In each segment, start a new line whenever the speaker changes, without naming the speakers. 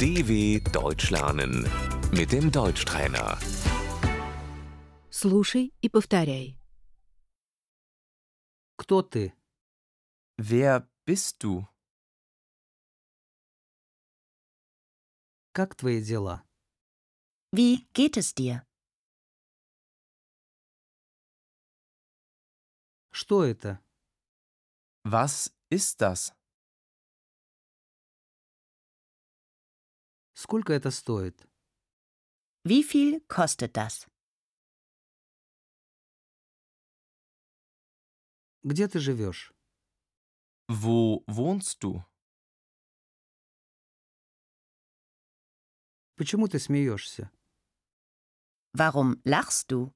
DW Deutsch lernen mit dem Deutschtrainer.
Слушай и повторяй.
Кто ты?
Wer bist du?
Как твои дела?
Wie geht es dir?
Что это?
Was ist das?
Сколько это стоит?
Wie viel kostet das?
Где ты живешь?
Wo wohnst du?
Почему ты смеешься?
Warum lachst du?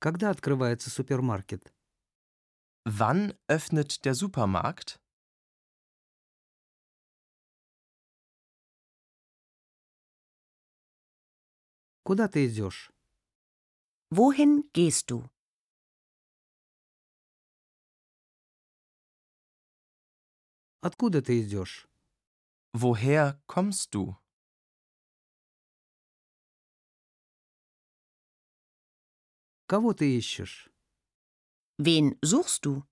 Когда открывается супермаркет?
Wann öffnet der Supermarkt?
Куда ты идешь?
Wohin gehst du?
Откуда ты идешь?
Woher kommst du?
Кого ты ищешь?
Wen suchst du?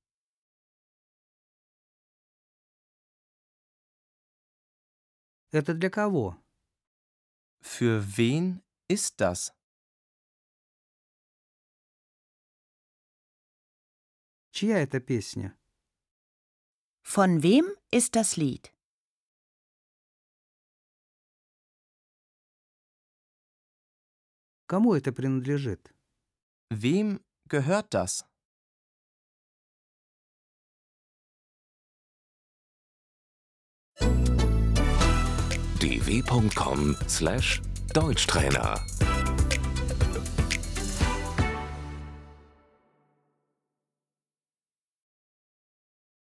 Это для кого?
Für wen ist das?
Чья это песня?
Von wem ist das Lied?
Кому это принадлежит?
Wem gehört das?
dw.com/deutschtrainer